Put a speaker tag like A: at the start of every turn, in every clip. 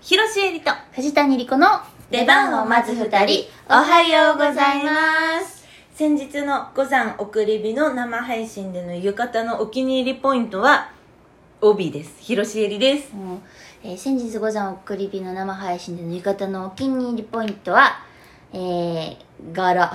A: 広瀬えりと
B: 藤谷莉子の
A: 出番を待つ二人おはようございます先日の五山送り火の生配信での浴衣のお気に入りポイントは帯です広瀬えりです
B: もうえー先日午前送り火の生配信での浴衣のお気に入りポイントはえー、柄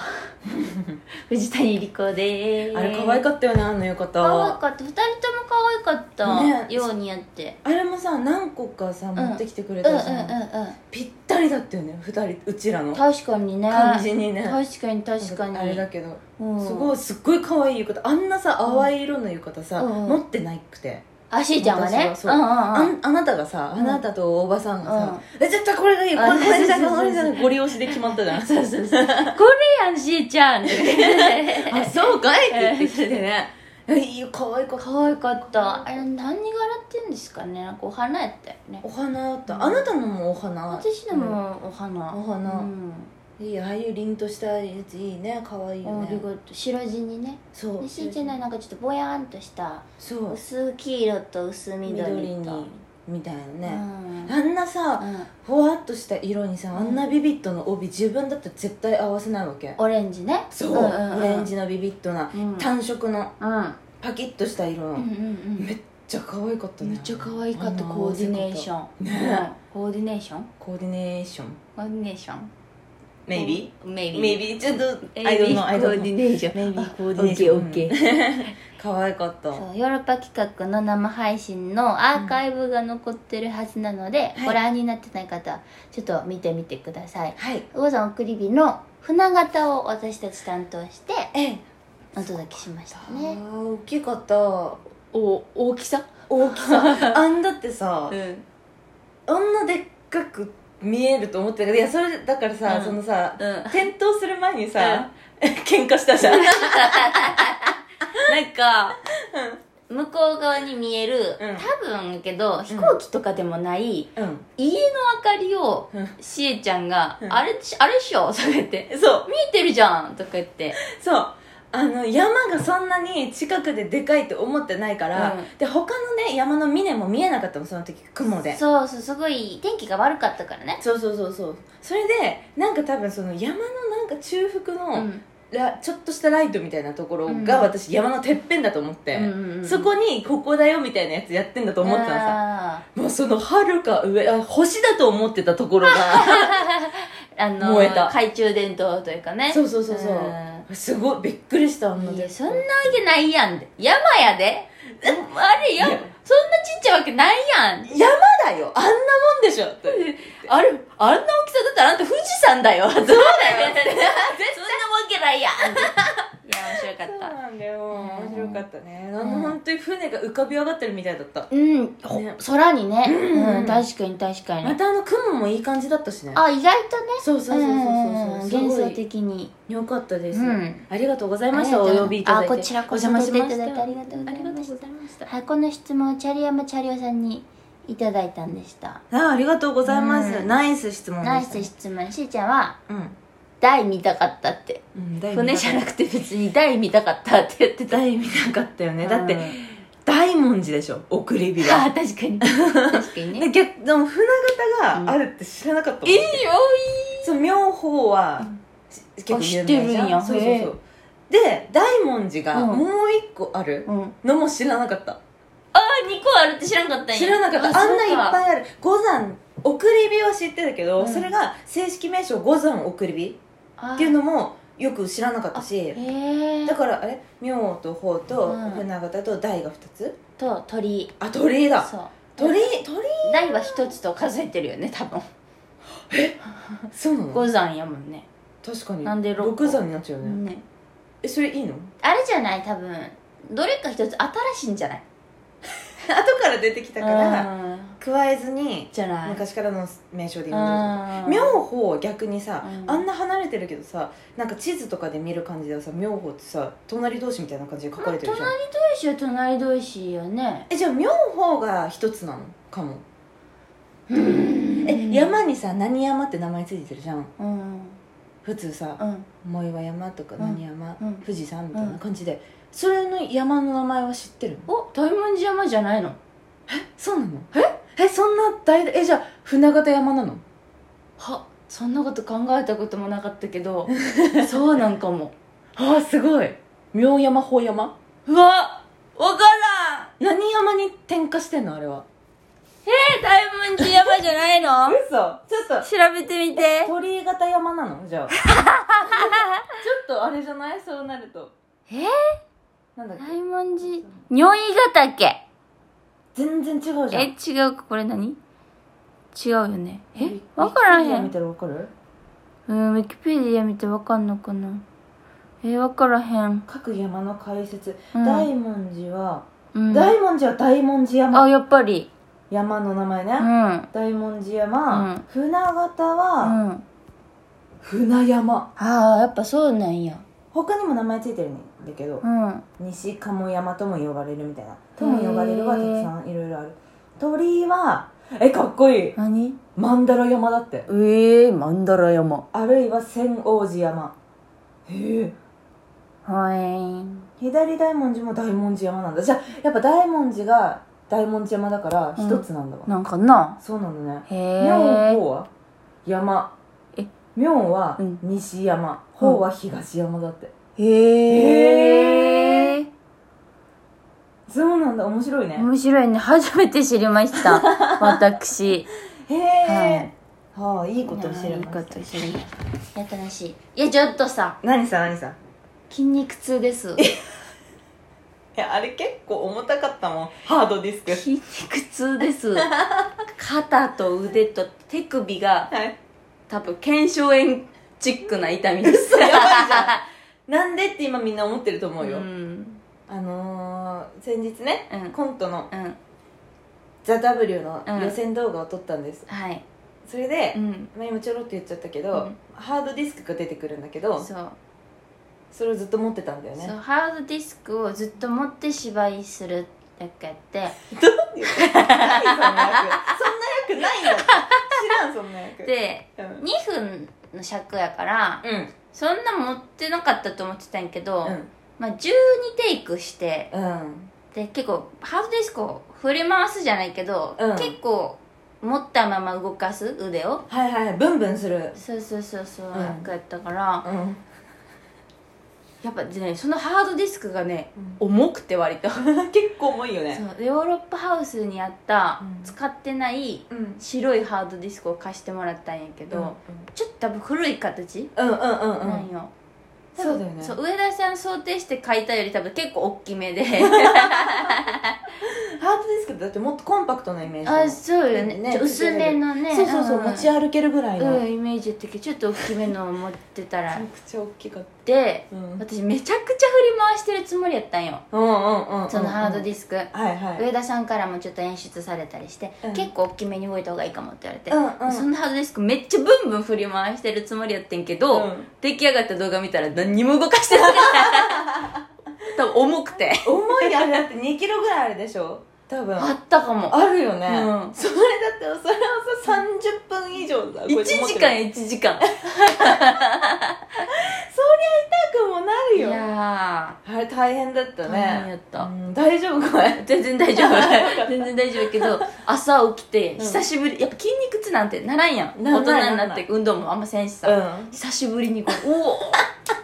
B: 藤谷莉子でーす
A: あれ可愛
B: っ
A: かったよねあの浴
B: た可愛
A: 衣
B: かった2人とも可愛かった、
A: ね
B: ようにやって
A: あれもさ何個かさ
B: ん
A: 持ってきてく
B: う
A: れ
B: ん
A: た
B: うんうん
A: じゃん、
B: う
A: ぴったりだったよね二人うちらの
B: ん確かにね
A: 感じにね
B: 確かに確かに
A: あれだけど、
B: うん
A: すごいすっごい可愛い浴衣あんなさ淡い色の浴衣さ、
B: うん
A: 持ってないくて、
B: あしーちゃんはね
A: 私はそう
B: うんうん
A: あ
B: うん
A: んあなたがさあなたとおばさんがさ、え絶対これがいいこれ
B: あ
A: これじゃ
B: そうそうそう
A: これじゃご利用しで決まったじゃん
B: そうそうそうこれやんしーちゃんって
A: あそうかいって言ってきてねえいいよ可愛い子
B: 可愛かったあれ何柄って言うんですかねなんかお花やったよね
A: お花だったあなたのもお花
B: 私のもお花、
A: お花
B: うん
A: いいああいう凛としたやついいね可愛いよ
B: あり
A: ね
B: がとう白地にね
A: そ
B: で
A: う
B: しーちゃんのはなんかちょっとぼやーんとした
A: そう
B: 薄黄色と薄緑と
A: 緑にみたいな
B: う
A: ね、
B: ん
A: あんなさ、
B: うん
A: ふわっとした色にさあんなビビットの帯自分だったら絶対合わせないわけ
B: オレンジね
A: そう,、
B: んんうん
A: オレンジのビビットな、
B: うん
A: 単色の
B: うん
A: パキッとした色の、
B: うんうんうん
A: めっちゃ可愛かったね
B: めっちゃ可愛かった
A: あの
B: コーディネーション、うんコーディネーション
A: コーディネーション
B: コーディネーション
A: maybe
B: maybe
A: maybe ちょっと
B: maybe
A: I don't know I
B: コ
A: don't
B: ーデ
A: know
B: ィネーション
A: maybe コーディネーション
B: OK
A: 可愛かった
B: そうヨーロッパ企画の生配信のアーカイブが残ってるはずなので、
A: はい
B: ご覧になってない方ちょっと見てみてください
A: はい
B: 「魚山送り火」の船型を私たち担当して
A: ええ
B: お届けしましたね
A: あー大きかった
B: お大きさ
A: 大きさ あんだってさ
B: ん
A: あんなでっかく見えると思ってたけどいやそれだからさ、
B: うん
A: そのさ
B: うん
A: 転倒する前にさ、 喧嘩したじゃん
B: なんか、向こう側に見える、
A: うん
B: 多分やけど飛行機とかでもない、
A: うん
B: 家の明かりを、
A: うん
B: しえちゃんが、
A: うん
B: あれあれっしょとか言って
A: そう
B: 見えてるじゃんとか言って
A: そうあの山がそんなに近くででかいと思ってないから、
B: うん
A: で他のね山の峰も見えなかったのその時雲で
B: そうそうすごい天気が悪かったからね
A: そうそうそうそうそれでなんか多分その山のなんか中腹の、
B: うん
A: らちょっとしたライトみたいなところ
B: うん
A: が私山のてっぺんだと思って、
B: うんうんうん
A: そこにここだよみたいなやつやってんだと思ってたのさ
B: あ
A: もうそのはるか上あ星だと思ってたところが
B: ーあの
A: 燃えた
B: 懐中電灯というかね
A: そうそうそうそう
B: う
A: すごいびっくりしたあんなん
B: いや
A: で
B: そんなわけないやんで山やであれや
A: い
B: そん
A: や
B: なちっちゃいわけないやん
A: 山だよあんなもんでしょって
B: あれあんな大きさだったらあんた富士山だよ そうだよそんなわけな いやんい
A: そう
B: や面白かった
A: なんだよ面白かったねあの
B: うん
A: 本当に船が浮かび上がってるみたいだった
B: うん、ほ
A: ね
B: 空にね、
A: うん
B: うん、確かに確かに、
A: またあの雲もいい感じだったしね
B: あ意外とね
A: そうそうそうそうそうすごい
B: 幻想的に
A: よかったです
B: うん
A: ありがとうござ
B: あ
A: いましたお呼びいただいて
B: こちらこそ
A: お
B: 来て
A: 邪
B: い
A: 魔
B: ただいてあり
A: ま
B: がとうご
A: した
B: ざいまし
A: あり
B: た
A: がとうございました
B: はい、この質問をチャリヤマチャリオさんにいただいたんでした
A: あありがとうございます、
B: うん
A: ナイス質問でした
B: ナイス質問しーちゃんは
A: うん
B: 台見たかったって
A: うん台
B: 船じゃなくて別に台見たかったって言ってた
A: 台見なかったよねだって
B: うん
A: 大文字でしょ送り火
B: あ
A: が
B: ー確かに確かに
A: で
B: ね
A: 逆でも船型があるって知らなかったもん
B: いいよ
A: そう妙法はし結構有名じゃん
B: あ知って
A: そう
B: るん
A: そ
B: や
A: うそうで大文字が
B: うん
A: もう一個ある
B: いうん
A: のも知らなかった、
B: ああ2個あるって知らなかったんや
A: 知らなかったあんないっ
B: い
A: ぱいある五山送り火は知ってたけど、
B: うん
A: それが正式名称五山送り火
B: あ
A: っていうのもよく知らなかったし
B: へえ
A: だからあれ妙と法と
B: うん
A: 船形と大が2つ
B: と鳥
A: あ鳥居だ
B: そう
A: 鳥居鳥居
B: 台は一つと数えてるよね多分
A: そうなの
B: 五山やもんね
A: 確かに
B: なんで六個
A: 六山になっちゃうよね、
B: ね
A: えそれいいの
B: あれじゃない多分どれか一つ新しいんじゃない
A: 後から出てきたから
B: うん
A: 加えずに
B: じゃない
A: 昔からの名称で言うん
B: あー
A: 妙法は逆にさ、
B: うん
A: あんな離れてるけどさなんか地図とかで見る感じではさ妙法ってさ隣同士みたいな感じで書かれてるじゃん
B: まあ隣同士は隣同士よね
A: えじゃあ妙法が一つなのかもえ
B: え
A: 山にさ何山って名前ついてるじゃん
B: うん
A: 普通さ
B: うん
A: 藻岩山とか何山、
B: うんうん
A: 富士山みたいな感じで、それの山の名前は知ってるの
B: お大文字山じゃないの
A: そうなの
B: え
A: えそんな大えじゃあ船形山なの
B: はそんなこと考えたこともなかったけ どそうなんかも
A: ああすごい妙山法山
B: うわわからん
A: 何山に転化してんのあれは
B: え大文字山じゃないの
A: 嘘ちょっ
B: 調べてみて
A: 鳥居型山なのじ ゃあちょっとあれじゃないそうなると
B: え
A: なんだっけ
B: 大文字如意ヶ岳
A: 全然違うじゃん
B: え違うかこれ何違うよねえわ
A: わ
B: からへ
A: 見
B: ん
A: たらわかる
B: うんウィキペディア見てわかんのかなえー、わからへん、
A: 各山の解説、
B: うん、
A: 大文字は、
B: うん、
A: 大文字は大文字山
B: あやっぱり
A: 山の名前ね、
B: うん
A: 大文字山、
B: うん
A: 船形
B: う
A: は、
B: ん、
A: 船山
B: ああやっぱそうなんや
A: 他にも名前ついてるんだけど
B: う、ん
A: 西鴨山とも呼ばれるみたいなとも呼ばれるはたくさんいろいろある鳥居はえかっこいい
B: 何
A: 曼荼羅山だって
B: ええー、マンダラ山
A: あるいは千王寺山へえ
B: はい
A: 左大文字も大文字山なんだじゃあやっぱ大文字が大文字山だから一つなんだわ、
B: なんかな
A: そうなんだね
B: へ
A: 妙
B: え
A: 法は山
B: え
A: 妙は
B: うん
A: 西山法は東山だって
B: へえ
A: そうなんだ面白いね
B: 面白いね初めて知りま した私
A: へえはあいいことを知れ
B: いい
A: ま
B: こ
A: した
B: と知りましたやったなしいやちょっとさ
A: 何さ何さ
B: 筋肉痛です
A: いやあれ結構重たかったもんハードディスク
B: 筋肉痛です 肩と腕と手首が
A: はい
B: 多分腱鞘炎チックな痛みです
A: やばいじなんでって今みんな思ってると思うよ、
B: うん
A: あのー、先日ね、
B: うん
A: コントの
B: うん
A: 「ザ・ w の
B: うん
A: 予選動画を撮ったんです、
B: はい
A: それで、
B: うん
A: まあ、今ちょろっと言っちゃったけど、
B: うん
A: ハードディスクが出てくるんだけどそ
B: そう
A: れをずっと持ってたんだよ
B: そう
A: ね
B: ハードディスクをずっと持って芝居するだけやって
A: 何そんな役そんな役ないんだって知らんそんな役
B: で
A: うん
B: 2分の尺やから
A: うん
B: そんな持ってなかったと思ってたんやけど、
A: うん
B: まあ、12テイクして
A: うん
B: で結構ハードディスクを振り回すじゃないけど、
A: うん
B: 結構持ったまま動かす腕を
A: はいはいブンブンする
B: そうそうそうそう、
A: ん
B: なんかやったから
A: うん
B: やっぱねそのハードディスクがね重くて割とそう
A: 結構重いよね
B: でヨーロッパハウスにあった、
A: うん
B: 使ってない
A: うん
B: 白いハードディスクを貸してもらったんやけど、ちょっと多分古い形
A: うんうんうんう
B: なん
A: ん
B: よ、多
A: そ
B: 分
A: うだよね
B: そう上田さん想定して書いたより多分結構大きめで
A: ハードディスクってだってもっとコンパクトなイメージだもん
B: あそうよね
A: ね
B: ちょ薄めのね
A: そうそうそう、
B: ん
A: 持ち歩けるぐらいの、
B: うん、イメージ的ちょっと大きめのを持ってた
A: めちゃ
B: ら
A: くちゃ大きかった
B: で
A: うんうんうん
B: 私めちゃくちゃ振り回してるつもりやったんよ
A: うんうん
B: そのハードデ
A: ィ
B: ィスク、
A: はいはい
B: 上田さんからもちょっと演出されたりして、
A: うん
B: 結構大きめに動いた方がいいかもって言われて、
A: うんうん
B: そのハードディスクめっちゃブンブン振り回してるつもりやってんけど、
A: うん
B: 出来上がった動画見たら何にも動かしてない 多分重くて
A: 重いあれだって2キロぐらいあるでしょ多分
B: あ
A: あ
B: ったかも
A: るよね、
B: うん
A: それだってそれをさ30分以上だ
B: 1時間
A: 痛
B: 1時間
A: くもなる
B: い
A: よ
B: や
A: あれ大変だったね
B: 大変やった
A: うん大丈夫これ
B: ー全然大丈 夫全然大丈夫やけど朝起きて
A: ん
B: 久しぶり、やっぱ筋肉痛なんてならんやん
A: なら
B: 大
A: ない
B: 人になって運動もあんませんしさ、
A: うん
B: 久しぶりにこうおお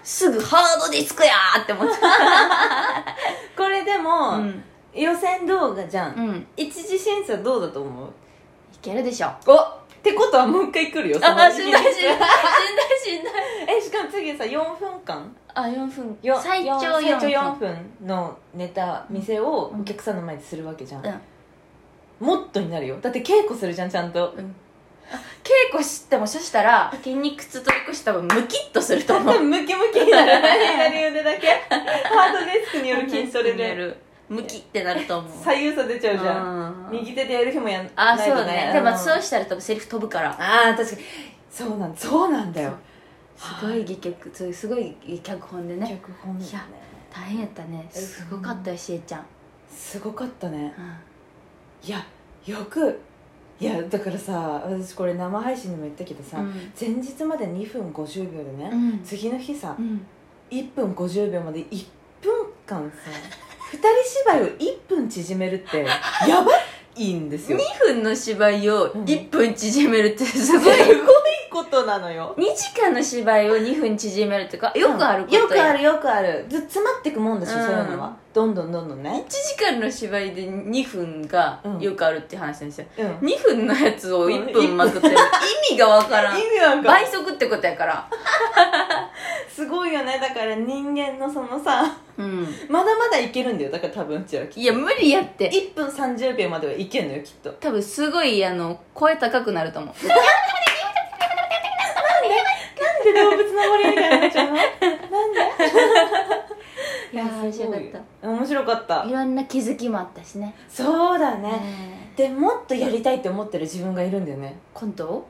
B: すぐハードディスクやーって思った
A: これでも、
B: うん、
A: 予選動画じゃん、
B: うん、
A: 一次審査どうだと思う
B: いけるでしょ
A: おってことはもう一回来るよその
B: あ しんどいしんどいしんどいしんどい
A: えしかも次さ4分間
B: あ四4分
A: よ
B: 最長
A: よん
B: 4分
A: 最長4分のネタ見せをお客さんの前でするわけじゃん、
B: うん
A: もっとになるよだって稽古するじゃんちゃんと
B: うんあ稽古してもそしたら筋肉痛取り越した分ムキッとすると
A: 多
B: 思う
A: 分ムキムキになる左腕 だけハードディスクによる筋トレ
B: によ
A: で
B: るムキってなると思う
A: 左右差出ちゃうじゃん
B: うん
A: 右手でやる日もやん
B: あ
A: ないと
B: そうねでもそう
A: し
B: したら多分セリフ飛ぶから
A: ああ確かにそうなんそうなんだよ
B: すごい劇曲そういうすごい脚本でね
A: 脚本
B: いや大変やったねすごかったよしえちゃん、
A: すごかったね
B: うん
A: いやよくいやだからさ私これ生配信でも言ったけどさ、
B: うん
A: 前日まで2分50秒でね、
B: うん
A: 次の日さ
B: うん
A: 1分50秒まで1分間さ二人芝居を1分縮めるってやばいいいんです
B: 2
A: よ
B: 分の芝居を
A: うん
B: 1分縮めるって すごい、
A: すごいことなのよ
B: 2時間の芝居を2分縮めるとかよくあることや、
A: よくあるよくあるず詰まってくもんですよ、
B: うん
A: そういうのはどんどんどんどんね
B: 1時間の芝居で2分が
A: うん
B: よくあるって話なんですよ、
A: うん
B: 2分のやつを1分まくってる意味がわからん
A: 意味わかんない
B: 倍速ってことやから
A: すごいよねだから人間のそのさ
B: うん
A: まだまだいけるんだよだから多分うちらきっと
B: いや無理やって
A: 1分30秒まではいけんのよきっと
B: 多分すごいあの声高くなると思う
A: なんで動物の森みたいになっち ゃうのなんで
B: いやー面白かっ
A: った面白かった
B: い
A: た
B: ろんな気づきもあったしね
A: そうだね、
B: ね
A: でもっとやりたいって思ってる自分がいるんだよね
B: コント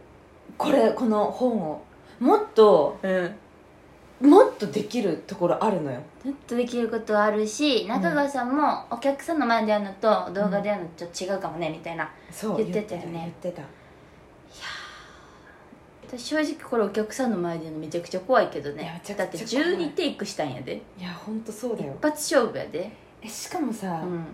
A: これこの本をもっと
B: うん
A: もっとできるところあるのよ
B: ずっとできることあるし中川さんもお客さんの前でやるのと動画でやるのちょっと違うかもねみたいな
A: そう
B: 言ってたよね
A: 言ってた
B: 私正直これお客さんの前でやるのめちゃくちゃ怖いけど
A: いや
B: ね
A: めちゃ
B: だっ
A: く
B: て
A: ちゃ怖い
B: 12テイクしたんやで
A: いや本当そうだよ
B: 一発勝負やで
A: えしかもさ、
B: うん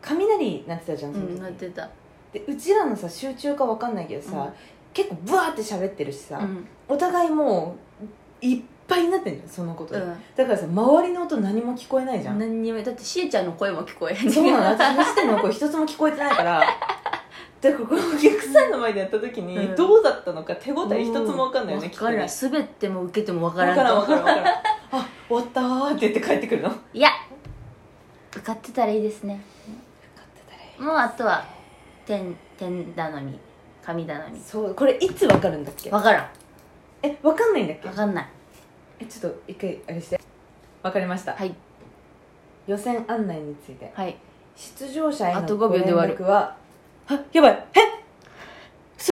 A: 雷なってたじゃん
B: う
A: その時、
B: んなってた
A: でうちらのさ集中かわかんないけどさ、
B: うん
A: 結構ブワーって喋ってるしさ、
B: うん
A: お互いもういっぱいになってんじゃんそのことで、
B: う
A: だからさ周りの音何も聞こえないじゃ
B: ん
A: ん、
B: 何にもだってしえちゃんの声も聞こえへん
A: そうなの私走ってるの声一つも聞こえてないから だからこのお客さんの前でやった時
B: う
A: に
B: ん
A: どうだったのか手応え一つもわかんないよね
B: わ
A: きっ
B: か
A: と
B: ら
A: ね
B: ん滑っても受けてもわか
A: わ
B: らん
A: か
B: と
A: らんわからんわからんあ終わったーって言って帰ってくるの勝
B: いや受かってたらいいですね
A: ってた
B: もうあとは天天頼み神頼み
A: そうこれいつわかるんだっけ
B: わからん
A: えわかんないんだっけ
B: わかんない
A: えちょっと一回あれしてわかりました、
B: はい
A: 予選案内について
B: はい
A: 出場者へ
B: あと
A: のご
B: 5秒で
A: 連
B: 終わる
A: 絡はあやばいえ